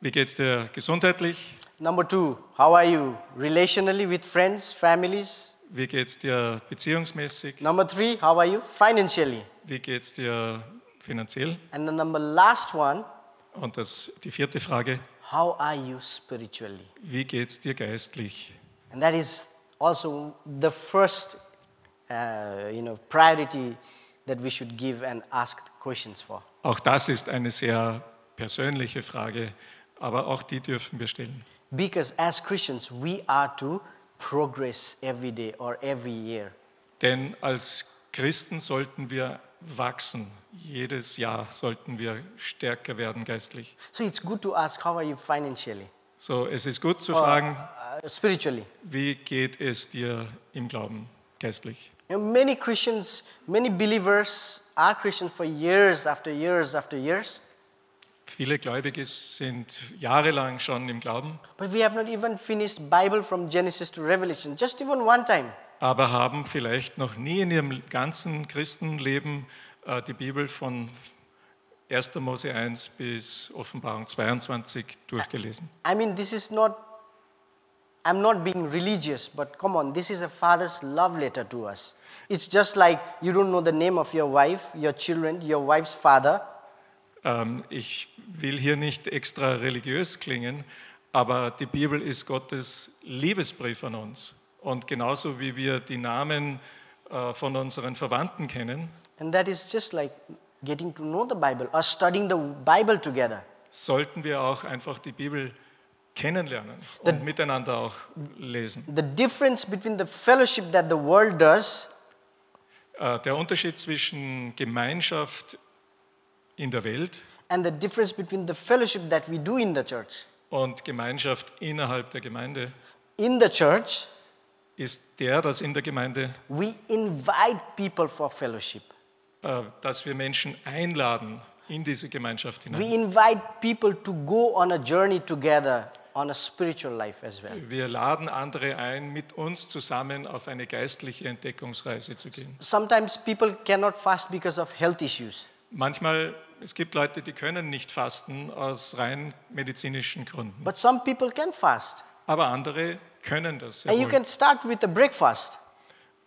[SPEAKER 3] Wie geht's dir gesundheitlich?
[SPEAKER 2] Number two, how are you relationally with friends, families?
[SPEAKER 3] Wie geht's dir beziehungsmäßig?
[SPEAKER 2] Number three, how are you financially?
[SPEAKER 3] Wie geht's dir finanziell?
[SPEAKER 2] And the number last one,
[SPEAKER 3] Und das, die vierte Frage,
[SPEAKER 2] how are you spiritually?
[SPEAKER 3] wie geht's dir geistlich?
[SPEAKER 2] And that is also the first, uh, you know, priority that we should give and ask questions for.
[SPEAKER 3] Auch das ist eine sehr persönliche Frage, aber auch die dürfen wir stellen.
[SPEAKER 2] Because as Christians, we are to progress every day or every year.
[SPEAKER 3] Denn als Christen sollten wir wachsen. Jedes Jahr sollten wir stärker werden geistlich.
[SPEAKER 2] So it's good to ask, how are you financially,
[SPEAKER 3] So, es ist gut zu fragen,
[SPEAKER 2] uh, spiritually?
[SPEAKER 3] wie geht es dir im Glauben geistlich?
[SPEAKER 2] You know, many Christians, many believers are Christians for years after years after years,
[SPEAKER 3] Viele Gläubige sind jahrelang schon im Glauben,
[SPEAKER 2] but we have not even finished Bible from Genesis to Revelation, just even one time.
[SPEAKER 3] aber haben vielleicht noch nie in ihrem ganzen Christenleben äh, die Bibel von 1. Mose 1 bis Offenbarung 22 durchgelesen.
[SPEAKER 2] I mean, this is not, I'm not being religious, but come on, this is a father's love letter to us. It's just like you don't know the name of your wife, your children, your wife's father.
[SPEAKER 3] Ähm, ich will hier nicht extra religiös klingen, aber die Bibel ist Gottes Liebesbrief an uns. Und genauso wie wir die Namen äh, von unseren Verwandten kennen,
[SPEAKER 2] And that is just like getting to know the Bible or studying the Bible together.
[SPEAKER 3] sollten wir auch einfach die Bibel kennenlernen und miteinander auch lesen.
[SPEAKER 2] The difference between the fellowship that the world does
[SPEAKER 3] Äh, Der Unterschied zwischen Gemeinschaft in der Welt
[SPEAKER 2] and the difference between the fellowship that we do in the church.
[SPEAKER 3] und Gemeinschaft innerhalb der Gemeinde
[SPEAKER 2] In the church,
[SPEAKER 3] ist der, dass in der Gemeinde,
[SPEAKER 2] we invite people for fellowship.
[SPEAKER 3] äh, dass wir Menschen einladen in diese Gemeinschaft hinein.
[SPEAKER 2] We invite people to go on a journey together on a spiritual life as well.
[SPEAKER 3] Wir laden andere ein, mit uns zusammen auf eine geistliche Entdeckungsreise zu gehen.
[SPEAKER 2] Sometimes people cannot fast because of health issues.
[SPEAKER 3] Manchmal, es gibt Leute, die können nicht fasten aus rein medizinischen Gründen,
[SPEAKER 2] But some people can fast.
[SPEAKER 3] aber andere können das sehr
[SPEAKER 2] And you
[SPEAKER 3] wohl.
[SPEAKER 2] can start with a breakfast.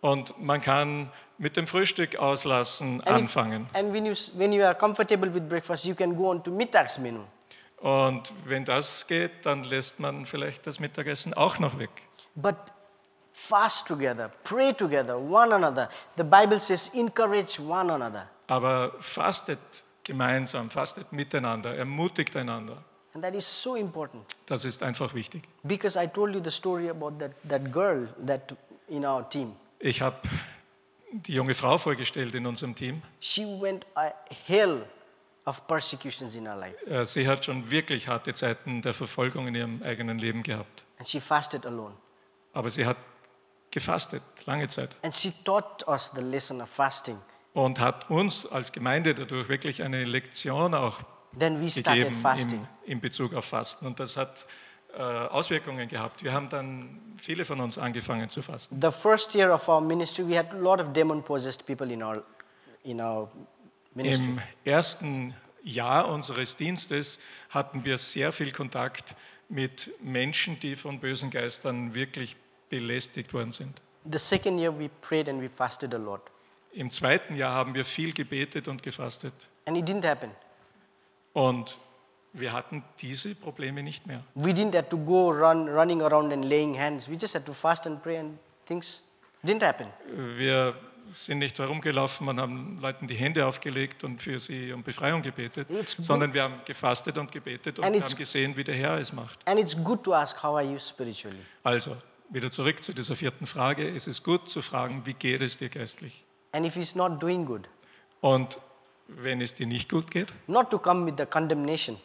[SPEAKER 3] Und man kann mit dem Frühstück auslassen
[SPEAKER 2] And, if-
[SPEAKER 3] anfangen.
[SPEAKER 2] and when, you, s- when you are comfortable with breakfast, you can go on to mittags menu.
[SPEAKER 3] Und wenn das geht, dann lässt man vielleicht das Mittagessen auch noch weg.
[SPEAKER 2] But fast together, pray together, one another. The Bible says, encourage one another.
[SPEAKER 3] Aber fastet gemeinsam, fastet miteinander, ermutigt einander.
[SPEAKER 2] And that is so important
[SPEAKER 3] Das ist einfach wichtig.
[SPEAKER 2] because I told you the story about that, that girl that in our team.
[SPEAKER 3] Ich habe die junge Frau vorgestellt in unserem Team.
[SPEAKER 2] She went a hell of persecutions in her life
[SPEAKER 3] Äh, Sie hat schon wirklich harte Zeiten der Verfolgung in ihrem eigenen Leben gehabt.
[SPEAKER 2] and she fasted alone.
[SPEAKER 3] Aber sie hat gefastet, lange Zeit.
[SPEAKER 2] And she taught us the lesson of fasting.
[SPEAKER 3] Und hat uns als Gemeinde dadurch wirklich eine Lektion auch
[SPEAKER 2] Then we started
[SPEAKER 3] gegeben
[SPEAKER 2] fasting.
[SPEAKER 3] im, in Bezug auf Fasten. Und das hat äh, Auswirkungen gehabt. Wir haben dann viele von uns angefangen zu fasten.
[SPEAKER 2] The first year of our ministry, we had a lot of demon possessed people in our, in our ministry.
[SPEAKER 3] Im ersten Jahr unseres Dienstes hatten wir sehr viel Kontakt mit Menschen, die von bösen Geistern wirklich belästigt worden sind.
[SPEAKER 2] The second year, we prayed and we fasted a lot.
[SPEAKER 3] Im zweiten Jahr haben wir viel gebetet und gefastet.
[SPEAKER 2] And it didn't happen.
[SPEAKER 3] Und wir hatten diese Probleme nicht mehr.
[SPEAKER 2] We didn't have to go run, running around and laying hands. We just had to fast and pray and things didn't happen.
[SPEAKER 3] Wir sind nicht herumgelaufen und haben Leuten die Hände aufgelegt und für sie um Befreiung gebetet,
[SPEAKER 2] It's good.
[SPEAKER 3] sondern wir haben gefastet und gebetet und
[SPEAKER 2] And it's-
[SPEAKER 3] haben gesehen, wie der Herr es macht.
[SPEAKER 2] And it's good to ask, how are you spiritually?
[SPEAKER 3] Also, wieder zurück zu dieser vierten Frage. Es ist gut zu fragen, wie geht es dir geistlich?
[SPEAKER 2] And if he's not doing good,
[SPEAKER 3] Und wenn es dir nicht gut geht,
[SPEAKER 2] not to come with the condemnation,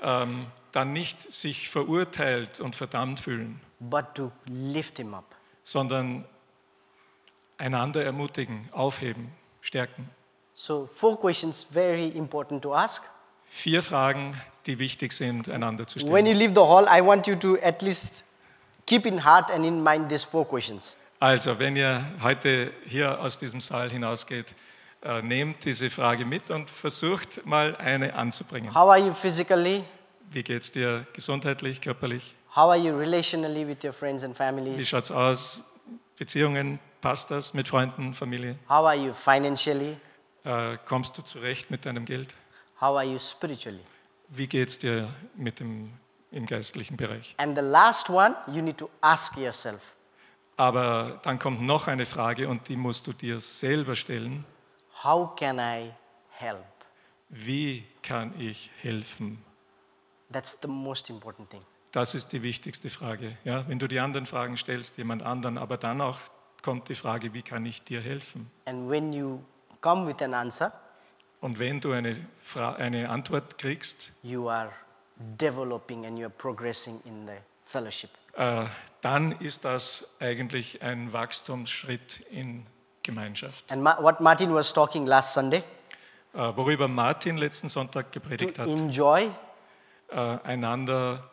[SPEAKER 3] ähm, dann nicht sich verurteilt und verdammt fühlen,
[SPEAKER 2] but to lift him up.
[SPEAKER 3] sondern einander ermutigen, aufheben, stärken.
[SPEAKER 2] So, four questions very important to ask.
[SPEAKER 3] Vier Fragen, die wichtig sind, einander zu stellen.
[SPEAKER 2] When you leave the hall, I want you to at least Keep in heart and in mind these four questions.
[SPEAKER 3] Also, wenn ihr heute hier aus diesem Saal hinausgeht, äh, nehmt diese Frage mit und versucht mal eine anzubringen.
[SPEAKER 2] How are you physically?
[SPEAKER 3] Wie geht es dir gesundheitlich, körperlich?
[SPEAKER 2] How are you relationally with your friends and
[SPEAKER 3] Wie
[SPEAKER 2] families?
[SPEAKER 3] schaut es aus? Beziehungen, passt das mit Freunden, Familie?
[SPEAKER 2] How are you financially?
[SPEAKER 3] Äh, kommst du zurecht mit deinem Geld?
[SPEAKER 2] How are you spiritually?
[SPEAKER 3] Wie geht es dir mit dem, im geistlichen Bereich?
[SPEAKER 2] And the last one, you need to ask yourself
[SPEAKER 3] Aber dann kommt noch eine Frage und die musst du dir selber stellen.
[SPEAKER 2] how can I help?
[SPEAKER 3] Wie kann ich helfen?
[SPEAKER 2] That's the most important thing.
[SPEAKER 3] Das ist die wichtigste Frage. Ja? Wenn du die anderen Fragen stellst, jemand anderen, aber dann auch kommt die Frage, wie kann ich dir helfen?
[SPEAKER 2] And when you come with an answer,
[SPEAKER 3] Und wenn du eine, Fra eine Antwort kriegst,
[SPEAKER 2] you are developing and you are progressing in the fellowship.
[SPEAKER 3] äh, dann ist das eigentlich ein Wachstumsschritt in Gemeinschaft.
[SPEAKER 2] And Ma- what Martin was talking last Sunday
[SPEAKER 3] Äh, worüber Martin letzten Sonntag gepredigt
[SPEAKER 2] to
[SPEAKER 3] hat,
[SPEAKER 2] enjoy
[SPEAKER 3] äh, einander,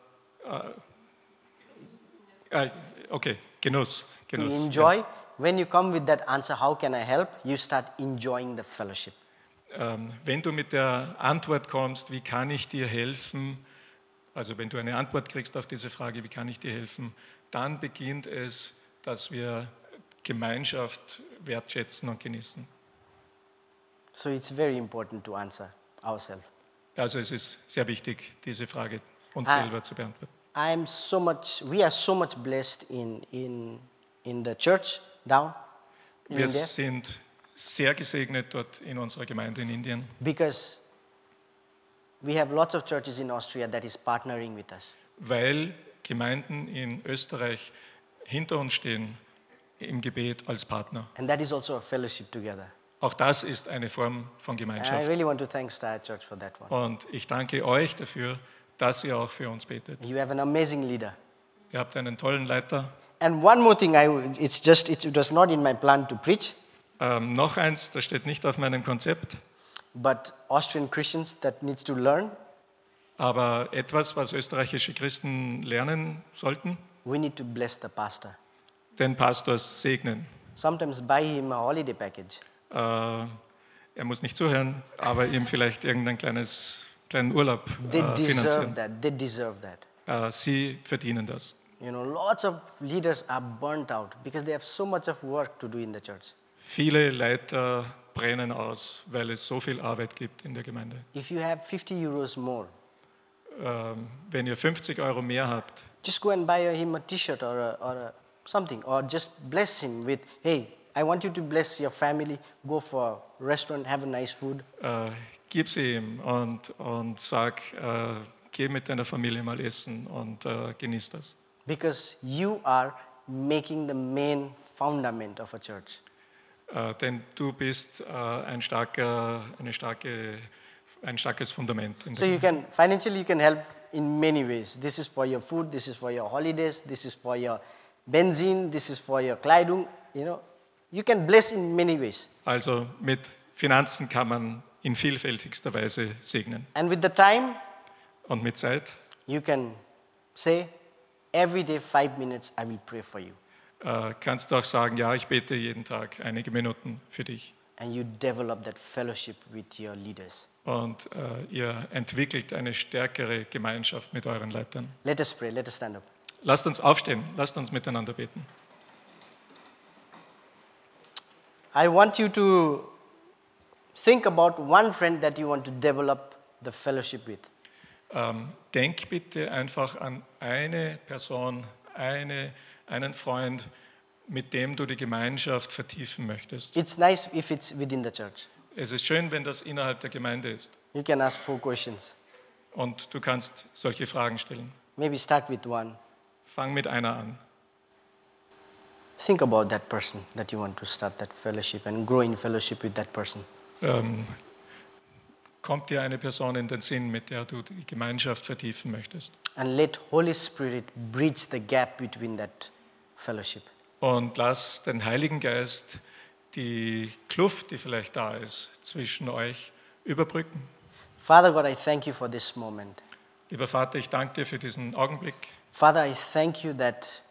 [SPEAKER 3] äh, äh, okay, Genuss,
[SPEAKER 2] to
[SPEAKER 3] Genuss.
[SPEAKER 2] enjoy. When you come with that answer, how can I help? You start enjoying the fellowship.
[SPEAKER 3] Ähm, wenn du mit der Antwort kommst, wie kann ich dir helfen, also wenn du eine Antwort kriegst auf diese Frage, wie kann ich dir helfen, dann beginnt es, dass wir Gemeinschaft wertschätzen und genießen.
[SPEAKER 2] So it's very important to answer ourselves.
[SPEAKER 3] Also es ist sehr wichtig, diese Frage uns
[SPEAKER 2] Ah.
[SPEAKER 3] selber zu beantworten.
[SPEAKER 2] I am so much. We are so much blessed in in in the church down in
[SPEAKER 3] Wir
[SPEAKER 2] India
[SPEAKER 3] sind sehr gesegnet dort in unserer Gemeinde in Indien,
[SPEAKER 2] because we have lots of churches in Austria that is partnering with us.
[SPEAKER 3] weil Gemeinden in Österreich hinter uns stehen im Gebet als Partner.
[SPEAKER 2] And that is also a fellowship together.
[SPEAKER 3] Auch das ist eine Form von
[SPEAKER 2] And
[SPEAKER 3] Gemeinschaft.
[SPEAKER 2] I really want to thank Star Church for that one.
[SPEAKER 3] Und ich danke euch dafür, dass ihr auch für uns betet.
[SPEAKER 2] You have an amazing leader.
[SPEAKER 3] Ihr habt einen tollen Leiter.
[SPEAKER 2] And one more thing, I, it's just, it, it was not in my plan to preach,
[SPEAKER 3] Ähm, noch eins, das steht nicht auf meinem Konzept,
[SPEAKER 2] but Austrian Christians that needs to learn,
[SPEAKER 3] aber etwas, was österreichische Christen lernen sollten,
[SPEAKER 2] we need to bless the pastor.
[SPEAKER 3] den Pastor segnen.
[SPEAKER 2] Sometimes buy him a holiday package.
[SPEAKER 3] Äh, er muss nicht zuhören, aber ihm vielleicht irgendein kleines kleinen Urlaub
[SPEAKER 2] They
[SPEAKER 3] äh,
[SPEAKER 2] deserve
[SPEAKER 3] finanzieren.
[SPEAKER 2] that. They deserve that.
[SPEAKER 3] Äh, sie verdienen das.
[SPEAKER 2] You know, lots of leaders are burnt out because they have so much of work to do in the church.
[SPEAKER 3] Viele Leiter brennen aus, weil es so viel Arbeit gibt in der Gemeinde.
[SPEAKER 2] If you have 50 euros more,
[SPEAKER 3] Ähm, wenn ihr 50 Euro mehr habt,
[SPEAKER 2] just go and buy him a t-shirt or, a, or a something or just bless him with hey i want you to bless your family go for a restaurant have a nice food
[SPEAKER 3] äh, gib sie ihm und, und sag, äh, geh mit deiner Familie mal essen und äh, genieß das.
[SPEAKER 2] because you are making the main fundament of a church
[SPEAKER 3] Äh, denn du bist äh, ein, starker, eine starke, ein starkes Fundament. In
[SPEAKER 2] so
[SPEAKER 3] der
[SPEAKER 2] you can financially you can help in many ways this is for your food this is for your holidays this is for your benzene this is for your kleidung you know you can bless in many ways
[SPEAKER 3] also mit Finanzen kann man in vielfältigster Weise segnen.
[SPEAKER 2] and with the time
[SPEAKER 3] Und mit Zeit,
[SPEAKER 2] you can say every day 5 minutes i will pray for you
[SPEAKER 3] äh, kannst du auch sagen, ja, ich bete jeden Tag einige Minuten für dich.
[SPEAKER 2] and you develop that fellowship with your leaders.
[SPEAKER 3] Und äh, ihr entwickelt eine stärkere Gemeinschaft mit euren Leitern.
[SPEAKER 2] Let us pray. Let us stand up.
[SPEAKER 3] Lasst uns aufstehen, lasst uns miteinander beten.
[SPEAKER 2] I want you to think about one friend that you want to develop the fellowship with.
[SPEAKER 3] Ähm, denk bitte einfach an eine Person, eine, einen Freund, mit dem du die Gemeinschaft vertiefen möchtest.
[SPEAKER 2] It's nice if it's within the church.
[SPEAKER 3] Es ist schön, wenn das innerhalb der Gemeinde ist
[SPEAKER 2] You can ask four questions.
[SPEAKER 3] und du kannst solche Fragen stellen.
[SPEAKER 2] Maybe start with one.
[SPEAKER 3] Fang mit einer an.
[SPEAKER 2] Think about that person that you want to start that fellowship and grow in fellowship with that person.
[SPEAKER 3] Ähm, kommt dir eine Person in den Sinn, mit der du die Gemeinschaft vertiefen möchtest?
[SPEAKER 2] And let Holy Spirit bridge the gap between that fellowship.
[SPEAKER 3] Und lass den Heiligen Geist die Kluft, die vielleicht da ist, zwischen euch überbrücken.
[SPEAKER 2] Father God, I thank you for this moment.
[SPEAKER 3] Lieber Vater, ich danke dir für diesen Augenblick.
[SPEAKER 2] Father, I thank you that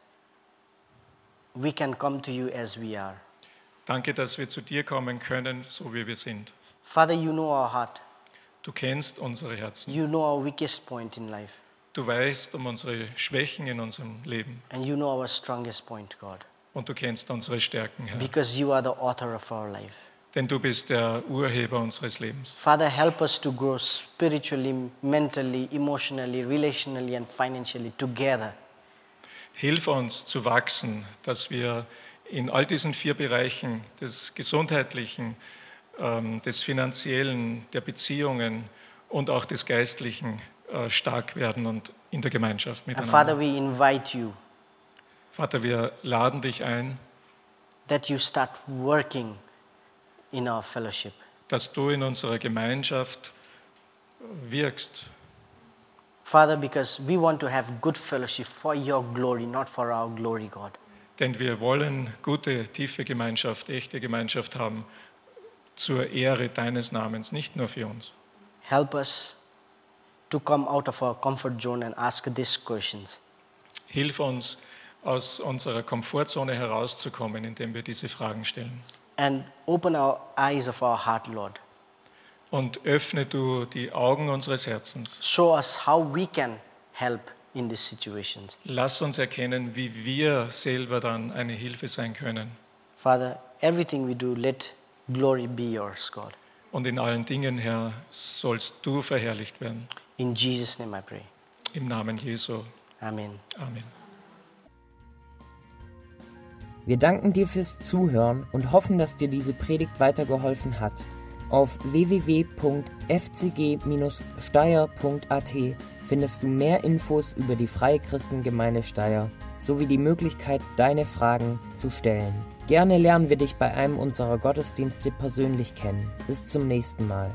[SPEAKER 2] we can come to you as we are.
[SPEAKER 3] Danke, dass wir zu dir kommen können, so wie wir sind.
[SPEAKER 2] Father, you know our heart.
[SPEAKER 3] Du kennst unsere Herzen.
[SPEAKER 2] You know our weakest point in life.
[SPEAKER 3] Du weißt um unsere Schwächen in unserem Leben.
[SPEAKER 2] And you know our strongest point, God.
[SPEAKER 3] Und du kennst unsere Stärken, Herr.
[SPEAKER 2] Because you are the author of our life.
[SPEAKER 3] Denn du bist der Urheber unseres Lebens.
[SPEAKER 2] Father, help us to grow spiritually, mentally, emotionally, relationally, and financially together.
[SPEAKER 3] Hilf uns zu wachsen, dass wir in all diesen vier Bereichen des gesundheitlichen, ähm, des finanziellen, der Beziehungen und auch des geistlichen äh, stark werden und in der Gemeinschaft
[SPEAKER 2] And
[SPEAKER 3] miteinander.
[SPEAKER 2] Father, we invite you
[SPEAKER 3] Vater, wir laden dich ein,
[SPEAKER 2] that you start working in our fellowship.
[SPEAKER 3] dass du in unserer Gemeinschaft wirkst.
[SPEAKER 2] Father, because we want to have good fellowship for your glory, not for our glory, God.
[SPEAKER 3] Denn wir wollen gute, tiefe Gemeinschaft, echte Gemeinschaft haben zur Ehre deines Namens, nicht nur für uns.
[SPEAKER 2] Help us to come out of our comfort zone and ask these questions.
[SPEAKER 3] Hilf uns, aus unserer Komfortzone herauszukommen, indem wir diese Fragen stellen.
[SPEAKER 2] And open our eyes of our heart, Lord.
[SPEAKER 3] Und öffne du die Augen unseres Herzens.
[SPEAKER 2] Show us how we can help in these situations.
[SPEAKER 3] Lass uns erkennen, wie wir selber dann eine Hilfe sein können.
[SPEAKER 2] Father, everything we do, let glory be yours, God.
[SPEAKER 3] Und in allen Dingen, Herr, sollst du verherrlicht werden.
[SPEAKER 2] In Jesus' name I pray.
[SPEAKER 3] Im Namen Jesu.
[SPEAKER 2] Amen.
[SPEAKER 3] Amen.
[SPEAKER 1] Wir danken dir fürs Zuhören und hoffen, dass dir diese Predigt weitergeholfen hat. Auf www.fcg-steyr.at findest du mehr Infos über die Freie Christengemeinde Steyr sowie die Möglichkeit, deine Fragen zu stellen. Gerne lernen wir dich bei einem unserer Gottesdienste persönlich kennen. Bis zum nächsten Mal.